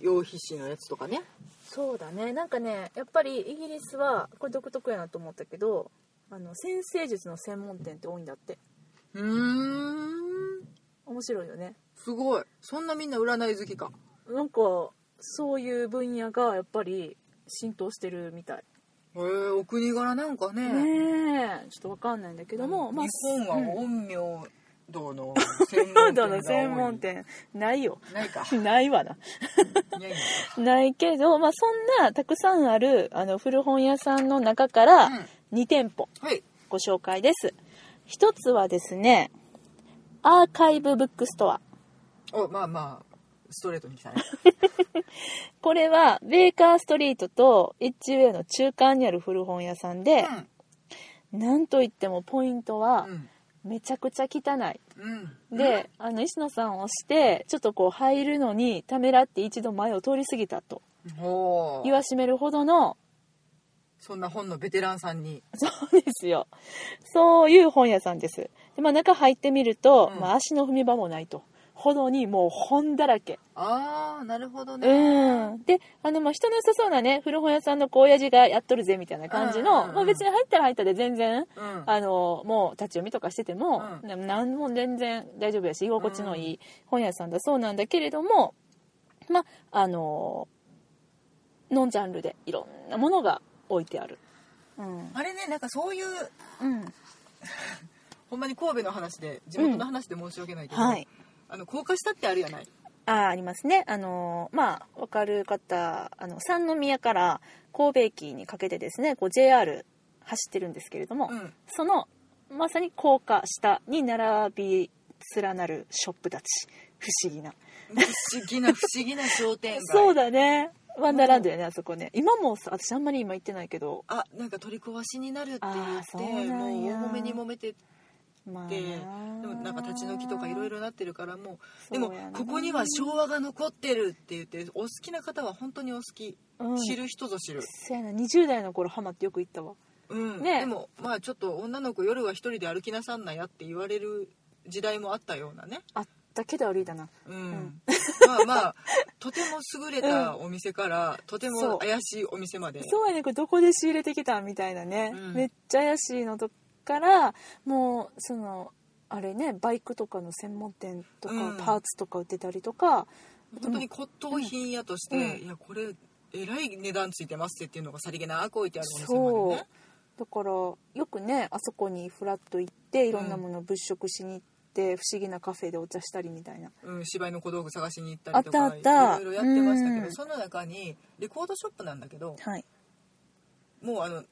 S2: 用皮紙のやつとかね
S1: そうだねなんかねやっぱりイギリスはこれ独特やなと思ったけどあの先生術の専門店って多いんだって
S2: うーん
S1: 面白いよね
S2: すごいそんなみんな占い好きか
S1: なんかそういう分野がやっぱり浸透してるみたい
S2: へえお国柄なんかね
S1: ねえちょっとわかんないんだけども、まあ
S2: 日本は
S1: うん
S2: 陰陽道の専
S1: フー
S2: 門
S1: [laughs] ド
S2: 店が多い
S1: の専門店ないよ
S2: ないか
S1: ないわない
S2: やい
S1: ないけど、まあ、そんなたくさんあるあの古本屋さんの中から
S2: や、うん、
S1: 2店舗
S2: はい
S1: ご紹介です一つはですねアーカイブブックストア
S2: おまあまあストレートに来たね
S1: これはベーカーストリートとエッジウェイの中間にある古本屋さんで、なんといってもポイントは
S2: うん
S1: めちゃくちゃ汚い
S2: うんうん
S1: で、あの石野さんをしてちょっとこう入るのにためらって一度前を通り過ぎたと
S2: お
S1: 言わしめるほどの
S2: そんな本のベテランさんに
S1: そうですよそういう本屋さんですで、まあ、中入ってみると、
S2: うん
S1: まあ、足の踏み場もないとほどにもう本だらけ
S2: ああなるほどね
S1: うんであのまあ人の良さそうなね古本屋さんのこう親父がやっとるぜみたいな感じ
S2: うんうん
S1: の、
S2: うん
S1: まあ、別に入ったら入ったで全然
S2: うん
S1: あのもう立ち読みとかしてても、
S2: うん
S1: な何も全然大丈夫やし居心地のいい本屋さんだそうなんだけれども、まああのノンジャンルでいろんなものが置いてある。うん
S2: あれねなんかそういう
S1: うん、
S2: ほんまに神戸の話で地元の話で申し訳ないけど、
S1: はい
S2: あの高架下ってあるやない
S1: あーありますね。あのーまあ、わかる方、あの、三宮から神戸駅にかけてですね、こう JR 走ってるんですけれども、
S2: うん
S1: その、まさに高架下に並び連なるショップたち。不思議な。
S2: 不思議な不思議な商店街
S1: [laughs] そうだね。ワンダーランドよね、あそこね。今もさ、私あんまり今行ってないけど、
S2: あなんか取り壊しになるって言
S1: あー
S2: っ
S1: そう
S2: て
S1: な
S2: も
S1: んや
S2: う大揉めに揉めて
S1: まあな。
S2: ででもなんか立ち退きとかいろいろなってるからもうで
S1: そうや
S2: も
S1: な
S2: ここには昭和が残ってるって言ってお好きな方は本当にお好き、
S1: うん
S2: 知る人ぞ知る、
S1: せやな、20代の頃ハマってよく行ったわ。
S2: うん
S1: ね
S2: でもまあちょっと女の子夜は一人で歩きなさんなやって言われる時代もあったようなね、
S1: あったけど歩いたな。
S2: うん
S1: ん
S2: まあまあとても優れたお店から、とて
S1: そう
S2: も怪しいお店まで
S1: そうやねこれどこで仕入れてきたみたいなね、
S2: うん
S1: めっちゃ怪しいのとからもうそのあれねバイクとかの専門店とか、
S2: うん
S1: パーツとか売ってたりとか
S2: 本当に骨董品屋として、
S1: うん
S2: いやこれえらい値段ついてますってっていうのがさりげなく置いてあるお店
S1: そう
S2: までね
S1: だからよくねあそこにフラッと行っていろんなものを物色しに行って、不思議なカフェでお茶したりみたいな
S2: うん、芝居の小道具探しに行ったりと
S1: あ
S2: か
S1: ったあった
S2: いろいろやってましたけど、
S1: うん
S2: その中にレコードショップなんだけど
S1: はい、
S2: もうあの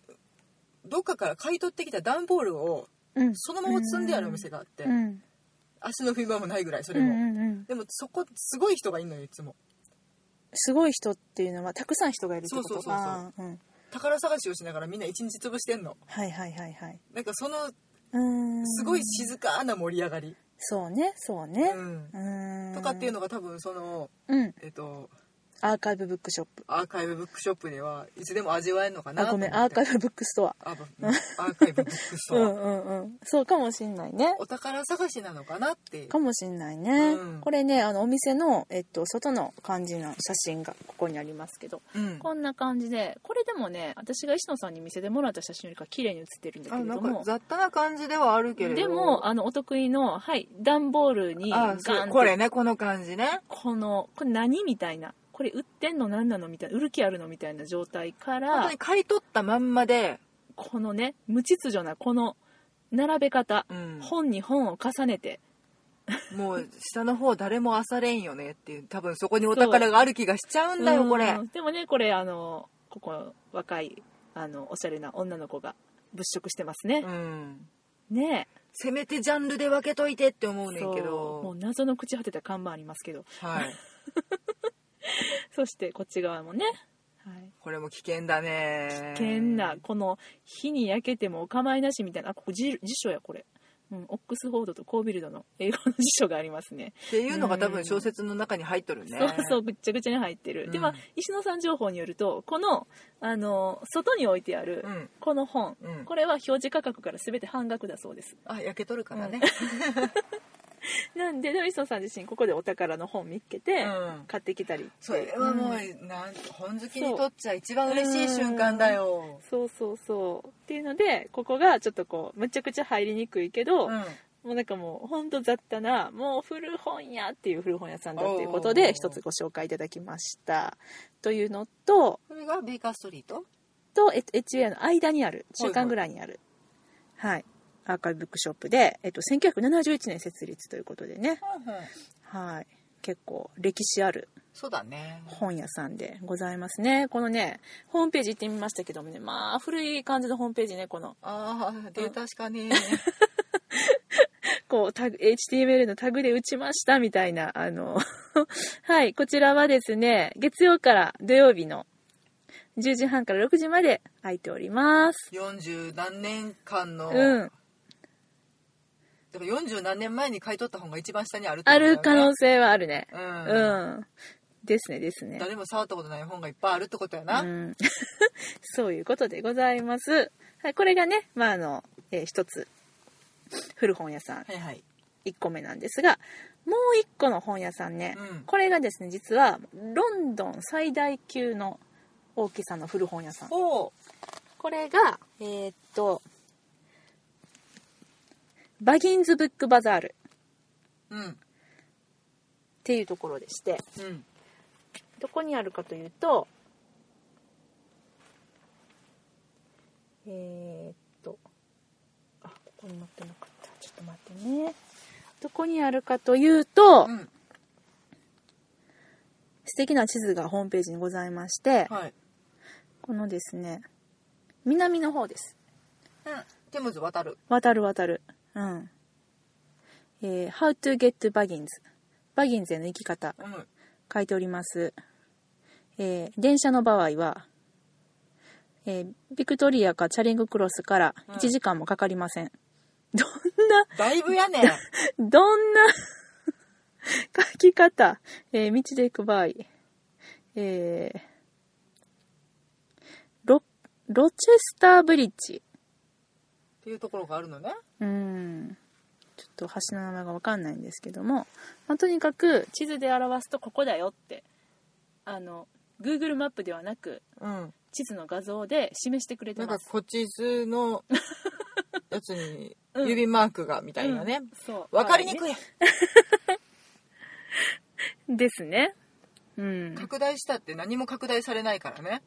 S2: どっかから買い取ってきた段ボールを
S1: うん、
S2: そのまま積んであるお店があって、
S1: うん
S2: 足の踏み場もないぐらいそ
S1: うんう
S2: れも、
S1: んうん
S2: でもそこすごい人がいるのよいつも
S1: すごい人っていうのはたくさん人がいるってこと
S2: そうそうそうそう
S1: あーうん
S2: 宝探しをしながらみんな一日潰してんの
S1: はいはいはいはい
S2: なんかその
S1: うーん
S2: すごい静かな盛り上がり、
S1: そうねそうね
S2: うん
S1: うーん
S2: とかっていう
S1: の
S2: のが多分その
S1: うん
S2: えっと
S1: アーカイブブックショップ
S2: アーカイブブックショップではいつでも味わえるのかな
S1: あごめん
S2: と思
S1: ア
S2: っ
S1: ー
S2: て
S1: カイブブックストア
S2: あぶアーカイブブックス
S1: う
S2: トア、
S1: んうんうんそうかもしんないね
S2: お宝探しなのかなって
S1: かもしんないね、
S2: うん
S1: これねあのお店の、えっと、外の感じの写真がここにありますけど
S2: うん
S1: こんな感じでこれでもね私が石野さんに見せてもらった写真よりか綺麗に写ってるんだ
S2: あ
S1: けれ
S2: な
S1: ど
S2: んか
S1: も
S2: 雑多な感じではあるけれど
S1: でもあのお得意のはい段ボールにガ
S2: あ
S1: ン
S2: そう
S1: と
S2: これねこの感じね
S1: このこれ何みたいなこれ売ってんの何なのみたいな売る気あるのみたいな状態か
S2: 本当
S1: ら
S2: に買い取ったまんまで、
S1: このね無秩序なこの並べ方
S2: うん
S1: 本に本を重ねて
S2: もう下の方誰もあされんよねっていう多分そこにお宝がある気がしちゃうんだよこれ
S1: うんでもねこれあのここ若いあのおしゃれな女の子が物色してますね
S2: う、ん
S1: ね
S2: せめてジャンルで分けといてって思う
S1: え
S2: ねんけ
S1: そうもう
S2: ど
S1: 謎の朽ち果てた看板ありますけど
S2: はい
S1: そしてこっち側もね、はい、
S2: これも危険だね
S1: 危険なこの火に焼けてもお構いなしみたいなあここ辞辞書やこれ、うん、オックスフォードとコービルドの英語の辞書がありますね
S2: っていうのが多分小説の中に入っとるね、
S1: そうそうぐっちゃぐちゃに入ってる、
S2: うん
S1: でまあ石野さん情報によるとこのあの外に置いてある
S2: うん
S1: この本、
S2: うん
S1: これは表示価格から全て半額だそうです
S2: あ焼けとるからね、
S1: なんででも石野さん自身ここでお宝の本見っけて、
S2: うん
S1: 買ってきたりって
S2: それは
S1: うん
S2: もう、なん本好きにとっちゃ一番嬉しい瞬間だよ
S1: そうそうそうっていうのでここがちょっとこうむちゃくちゃ入りにくいけど、
S2: うん
S1: もうなんかもうほんと雑多なもう古本屋っていう古本屋さんだっていうこと
S2: おー
S1: で一つご紹介いただきましたというのと
S2: これがベーカーストリート
S1: とえ HA の間にある
S2: はいはい
S1: 中間ぐらいにあるはい、アーカイブブックショップで、えっと、1971年設立ということでねはい結構歴史ある
S2: そうだね
S1: 本屋さんでございますねこのねホームページ行ってみましたけどもねまあ古い感じのホームページねこの
S2: ああで確かに
S1: こうタグ HTML のタグで打ちましたみたいなあの [laughs] はいこちらはですね月曜から土曜日の10時半から6時まで空いております
S2: 40何年間の、
S1: うん
S2: だから40何年前に買い取った本が一番下にあるってこ
S1: あ
S2: とだよ
S1: る
S2: ね
S1: 可能性はあるね
S2: うん
S1: うん、ですねですね
S2: 誰も触ったことない本がいっぱいあるってことやな、
S1: うん [laughs] そういうことでございますはいこれがねまああの、えー一つ古本屋さん
S2: はいはい
S1: 1個目なんですがもう1個の本屋さんね、
S2: うん
S1: これがですね実はロンドン最大級の大きさの古本屋さん
S2: ほ
S1: これがえーっとバギンズブックバザール
S2: ううん
S1: っていうところでして
S2: うん
S1: どこにあるかというとえーっとあここに載ってなかったちょっと待ってねどこにあるかというと、
S2: うん
S1: 素敵な地図がホームページにございまして、
S2: はい、
S1: このですね南の方です
S2: うん、テムズ渡る
S1: 渡る渡るうんえー How to get Baggins バギンズへの行き方
S2: [laughs] うん
S1: 書いております、えー電車の場合は、えービクトリアかチャリングクロスから
S2: うん
S1: 1時間もかかりません、どんな
S2: だいぶやね
S1: どんな書き方、えー道で行く場合、えーロ、ロチェスターブリッジ。
S2: っていうところがあるのね
S1: うん。ちょっと橋の名前がわかんないんですけども、まあとにかく地図で表すとここだよって、あの、Google マップではなく、
S2: うん
S1: 地図の画像で示してくれて
S2: なんか
S1: ます。
S2: こっち図のやつに
S1: [laughs] うん
S2: 指マークがみたいなね、
S1: うんそう。
S2: わかりにくい、
S1: ですね。うん。
S2: 拡大したって何も拡大されないからね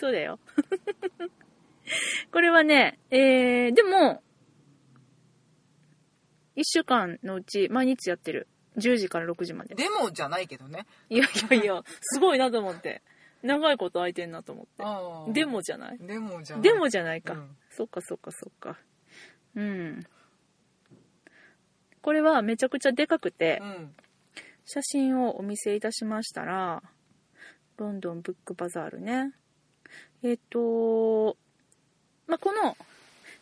S1: そうだよ。これはね、えー、でも、1週間のうち毎日やってる。10時から6時まで。
S2: でもじゃないけどね
S1: いやいやいや、すごいなと思って。長いこと空いてんなと思っ
S2: あ
S1: て。
S2: ー
S1: でもじゃない
S2: でもじゃない
S1: でもじゃないか。
S2: うん
S1: そっかそっかそっか。うん。これはめちゃくちゃでかくて、
S2: うん
S1: 写真をお見せいたしましたらロンドンブックバザールねえっ、と、まあ、この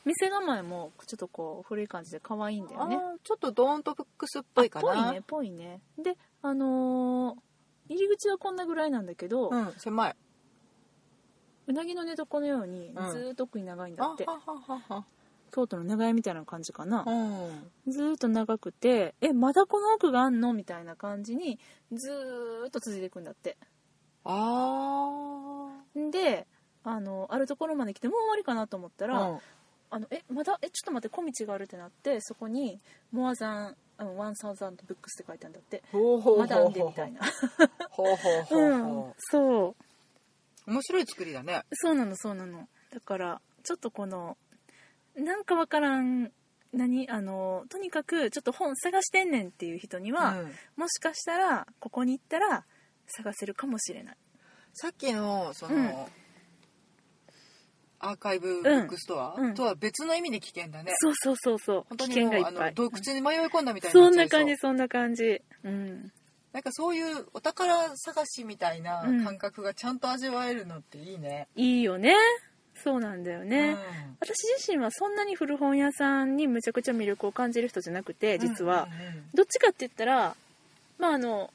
S1: 店構えもちょっとこう古い感じで可愛いんだよね
S2: あーちょっとドーンとブックスっぽいかな
S1: ぽいねぽいねであのー入り口はこんなぐらいなんだけど、う
S2: うん狭いう
S1: なぎの寝床のように
S2: うん
S1: ずーっと奥に長いんだって、
S2: あはははは
S1: 京都の長屋みたいな感じかな、
S2: うん
S1: ずーっと長くてえまだこの奥があんのみたいな感じにずーっと続いていくんだって
S2: あ
S1: であのあるところまで来てもう終わりかなと思った
S2: あ
S1: ら、あのえまだえちょっと待って小道があるってなってそこに「モアザンワンサウザンドブックス」って書いてあるんだって
S2: ほ
S1: 「
S2: うほうほ
S1: マ
S2: う
S1: ダン
S2: ほう
S1: で」
S2: ほ
S1: みたいうな
S2: ほうほうほ
S1: う
S2: うんほ
S1: そう
S2: う面白い作りだね
S1: そうなのそうなのだからちょっとこのなんかわからん何あのとにかくちょっと本探してんねんっていう人には、
S2: うん
S1: もしかしたらここに行ったら探せるかもしれない
S2: さっきのその、
S1: うん
S2: アーカイブブックストア、
S1: うんうん
S2: とは別の意味で危険だね
S1: そうそうそうそう危
S2: 本当に
S1: 険
S2: もう
S1: がいっ
S2: あ
S1: ぱ
S2: の
S1: い
S2: 洞窟に迷い込んだみたいに
S1: そ
S2: なっ
S1: ん
S2: ちゃ
S1: ない
S2: そう
S1: 感じそんな感じうん
S2: なんかそういうお宝探しみたいな
S1: うん
S2: 感覚がちゃんと味わえるのっていいね。
S1: いいよねそうなんだよね、
S2: うん
S1: 私自身はそんなに古本屋さんにむちゃくちゃ魅力を感じる人じゃなくて実は、どっちかって言ったらまああの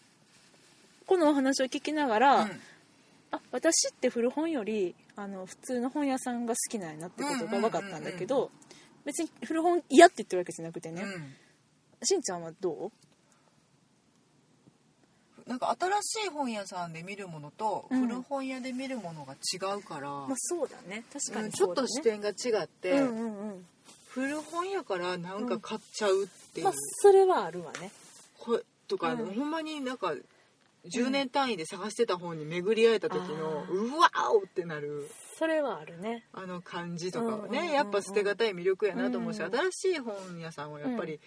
S1: このお話を聞きなが
S2: うん
S1: ら、
S2: うんうん
S1: あ私って古本よりあの普通の本屋さんが好きなんやなってことが分かったんだけど、
S2: うん
S1: 別に古本嫌って言ってるわけじゃなくてね、
S2: うん
S1: しんちゃんはど
S2: なんか新しい本屋さんで見るものと
S1: うん
S2: 古本屋で見るものが違うから、
S1: う、まあ、そうだね確か
S2: うん
S1: に
S2: ちょ
S1: そ
S2: っ
S1: うだ、
S2: と
S1: ね、
S2: 視点が違って、
S1: うんうんうん
S2: 古本屋からなんか買っちゃうっていう、
S1: まあそれはあるわね
S2: こことか、
S1: うん
S2: ほんまになんか10年単位で探してた本に巡り合えた時の
S1: あ、
S2: う
S1: ー
S2: わーおってなる
S1: それはあるね
S2: あの感じとかはね、
S1: うんうんうんうん
S2: やっぱ捨てがたい魅力やなと思うし、
S1: うん
S2: 新しい本屋さんはやっぱり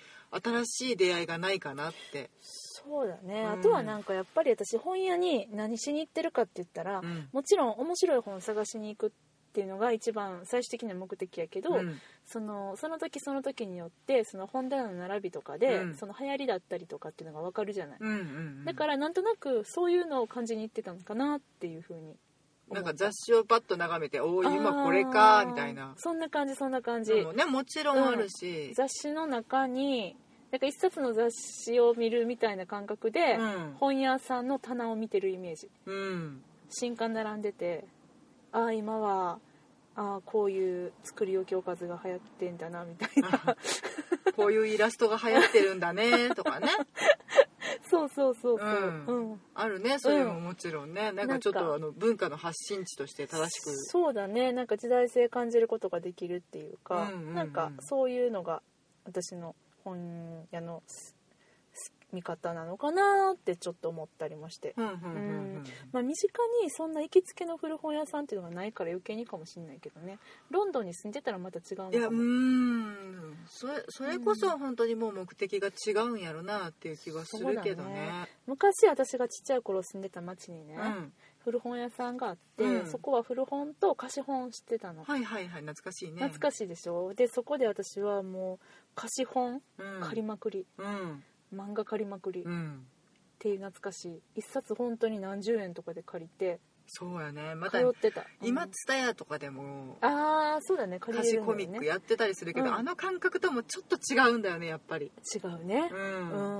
S2: 新しい出会いがないかなって、
S1: そうだね、
S2: うん
S1: あとはなんかやっぱり私本屋に何しに行ってるかって言ったら、
S2: うん
S1: もちろん面白い本を探しに行くっていうのが一番最終的な目的やけど、
S2: うん
S1: そのその時その時によってその本棚の並びとかで、
S2: うん
S1: その流行りだったりとかっていうのが分かるじゃない、
S2: うんうんうん
S1: だからなんとなくそういうのを感じに行ってたのかなっていうふうに思
S2: な
S1: うん
S2: か雑誌をパッと眺めて「おお今これ
S1: あ
S2: か」
S1: ー
S2: みたいな
S1: そんな感じそんな感じ、
S2: のもねもちろんあるし、
S1: 雑誌の中になんか一冊の雑誌を見るみたいな感覚で、
S2: うん
S1: 本屋さんの棚を見てるイメージ
S2: うん
S1: 新刊並んでてああ今はああこういう作り置きおかずが流行ってんだなみたいな
S2: こういうイラストが流行ってるんだねとかね
S1: [laughs] そうそうそうそう
S2: うん
S1: うん
S2: あるねそういうのももちろんね、なんかちょっ
S1: なん
S2: と
S1: か
S2: あの文化の発信地として正しく
S1: そうだねなんか時代性感じることができるっていうか、
S2: うんうんうん
S1: なんかそういうのが私の本屋のす見方なのかなってちょっと思ったりまして、
S2: うんうんうんうん
S1: まあ、身近にそんな行きつけの古本屋さんっていうのがないから余計にかもしれないけどねロンドンに住んでたらまた違うの
S2: いや
S1: か
S2: う
S1: も
S2: ーんそれそれこそ本当にもう目的が違うんやろなっていう気はするけどね。
S1: 昔私がちっちゃい頃住んでた町にね、
S2: うん、
S1: 古本屋さんがあって、
S2: うん
S1: そこは古本と貸本してたの、
S2: はいはいはい懐かしいね。
S1: 懐かしいでしょでそこで私はもう貸本
S2: うん
S1: 借りまくり、
S2: うん
S1: 漫画借りまくりっ
S2: うん
S1: ていう懐かしい一冊本当に何十円とかで借りて
S2: そうやねま
S1: 通
S2: た
S1: ってた、
S2: 今
S1: うん
S2: ツタヤとかでも
S1: ああそうだね借りれ
S2: 歌詞
S1: るんだ
S2: コ
S1: よ
S2: ミック
S1: ね
S2: やってたりするけ
S1: う
S2: ど、
S1: ん
S2: あの感覚ともちょっと違うんだよねやっぱり。
S1: 違うね
S2: う、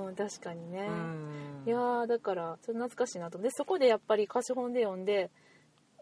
S1: うんん、確かにね、
S2: うん
S1: いやーだからそれ懐かしいなと思ってそこでやっぱり貸本で読んで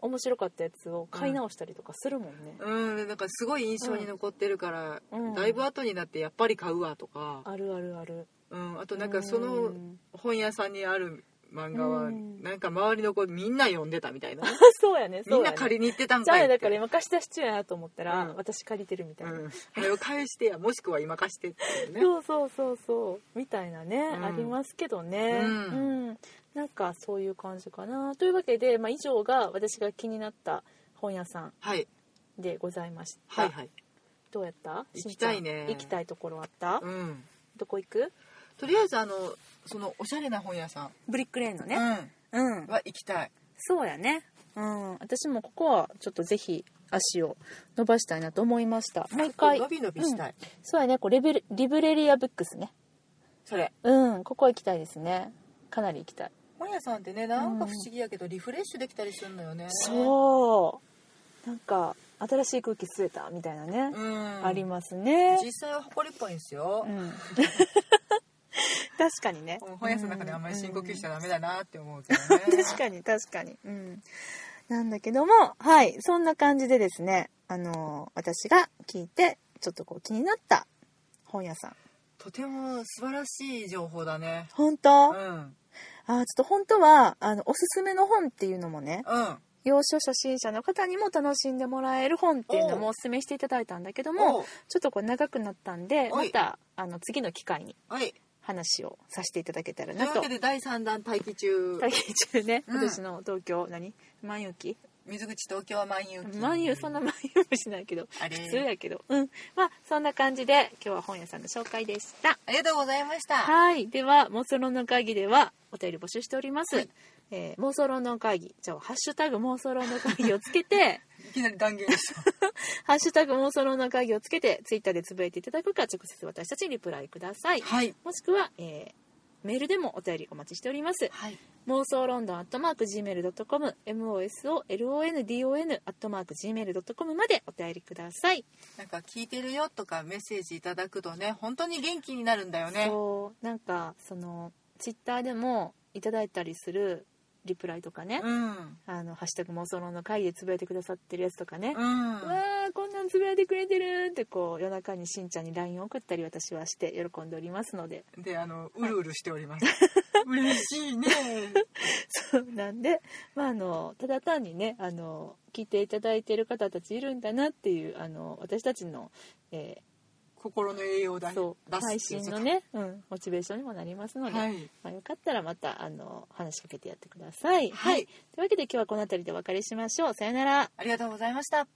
S1: 面白かったやつを買い直したりとかするもんね、
S2: うん、なんかすごい印象に残ってるから、
S1: うん
S2: だいぶ後になってやっぱり買うわとか、
S1: あるあるある
S2: うん、あとなんかその
S1: うん [laughs]
S2: 本屋さんにある漫画
S1: う
S2: は
S1: ん
S2: なんか周りの子みんな読んでたみたいな、
S1: そうやね
S2: み
S1: [laughs] そ
S2: ん
S1: うや
S2: な
S1: ね
S2: 借りに行ってたん
S1: じゃあ
S2: かい
S1: ねだ
S2: って
S1: から今貸し出し中やなと思ったら、
S2: うん
S1: 私借りてるみたいな、
S2: うん、あれを返してやもしくは今貸してっていう
S1: [laughs]
S2: ね
S1: そうそうそうそうみたいなね、
S2: うん
S1: ありますけどね
S2: う
S1: うんん、なんかそういう感じかなというわけで、まあ、以上が私が気になった本屋さん
S2: はい
S1: でございました、
S2: はいはい、
S1: どうやった
S2: 行きたいね
S1: しんちゃん行きたいところあった、
S2: うん、
S1: どこ行く
S2: とりあえずあのそのおしゃれな本屋さん、
S1: ブリックレーンの
S2: う
S1: ね
S2: ん、
S1: うん、
S2: は行きたい
S1: そうやねうん私もここはちょっとぜひ足を伸ばしたいなと思いましたもう一回
S2: 伸び伸びしたい、
S1: そうやねこうレベルリブレリアブックスね
S2: それ
S1: うんここ行きたいですねかなり行きたい
S2: 本屋さんってねなんか不思議やけどリフレッシュできたりするのよね
S1: そうなんか新しい空気吸えたみたいなね、
S2: うん
S1: ありますね、
S2: 実際は誇りっぽいんですよ
S1: う、ん、確かにね
S2: 本屋さんの中であんまり深呼吸しちゃダメだなって思うけど
S1: うん
S2: ね
S1: 確かに確かにうんなんだけどもはいそんな感じでですねあの私が聞いてちょっとこう気になった本屋さん
S2: とても素晴らしい情報だね
S1: 本
S2: う
S1: 当、あ
S2: ん
S1: ーちょっと本当はあのおすすめの本っていうのもね
S2: うん
S1: 要所初心者の方にも楽しんでもらえる本っていうのもおすすめしていただいたんだけども
S2: おう
S1: ちょっとこう長くなったんで
S2: は
S1: ま
S2: い
S1: たあの次の機会に
S2: はい
S1: 話をさせていただけたら
S2: とい
S1: な
S2: うわ
S1: と
S2: けで第3弾待機中
S1: 会議中ね、
S2: うん
S1: 私の東京何万有期
S2: 水口東京は万有期
S1: 万有そんな万有もしないけど
S2: あれ
S1: 普通やけどうんまあそんな感じで今日は本屋さんの紹介でした
S2: ありがとうございました
S1: はいでは妄想論の会議ではお便り募集しております、
S2: はい
S1: えー妄想論の会議じゃあハッシュタグ妄想論の会議をつけ
S2: [laughs]
S1: て
S2: いきなり断言でした
S1: ハッシュタグ妄想論の会議をつけてツイッターでつぶやいていただくか直接私たちにリプライください、
S2: はい
S1: もしくは、えーメールでもお便りお待ちしております
S2: はい
S1: 妄想ロンドンアットマーク Gmail.com mosolondon アットマーク Gmail.com までお便りください、
S2: なんか聞いてるよとかメッセージいただくとね本当に元気になるんだよね
S1: そうなんかそのツイッターでもいただいたりするリプライとかね、
S2: うん
S1: あの「ハッシュタグ妄想ロンドン会」でつぶやいてくださってるやつとかね、
S2: うん
S1: わあこんなんつぶやいてくれてるってこう夜中にしんちゃんに LINE を送ったり私はして喜んでおりますので [laughs]
S2: であのうるうるしております嬉しいね
S1: そうなんで、まあ、あのただ単にねあの聞いていただいてる方たちいるんだなっていうあの私たちの、え
S2: 心の栄養
S1: ー
S2: だね
S1: そう
S2: 出す
S1: 配信の
S2: っていう
S1: ね、うん、モチベーションにもなりますの
S2: こと
S1: で、
S2: はい
S1: まあ、よかったらまたあの話しかけてやってください。
S2: はい
S1: というわけで今日はこの辺りでお別れしましょう。さよなら。
S2: ありがとうございました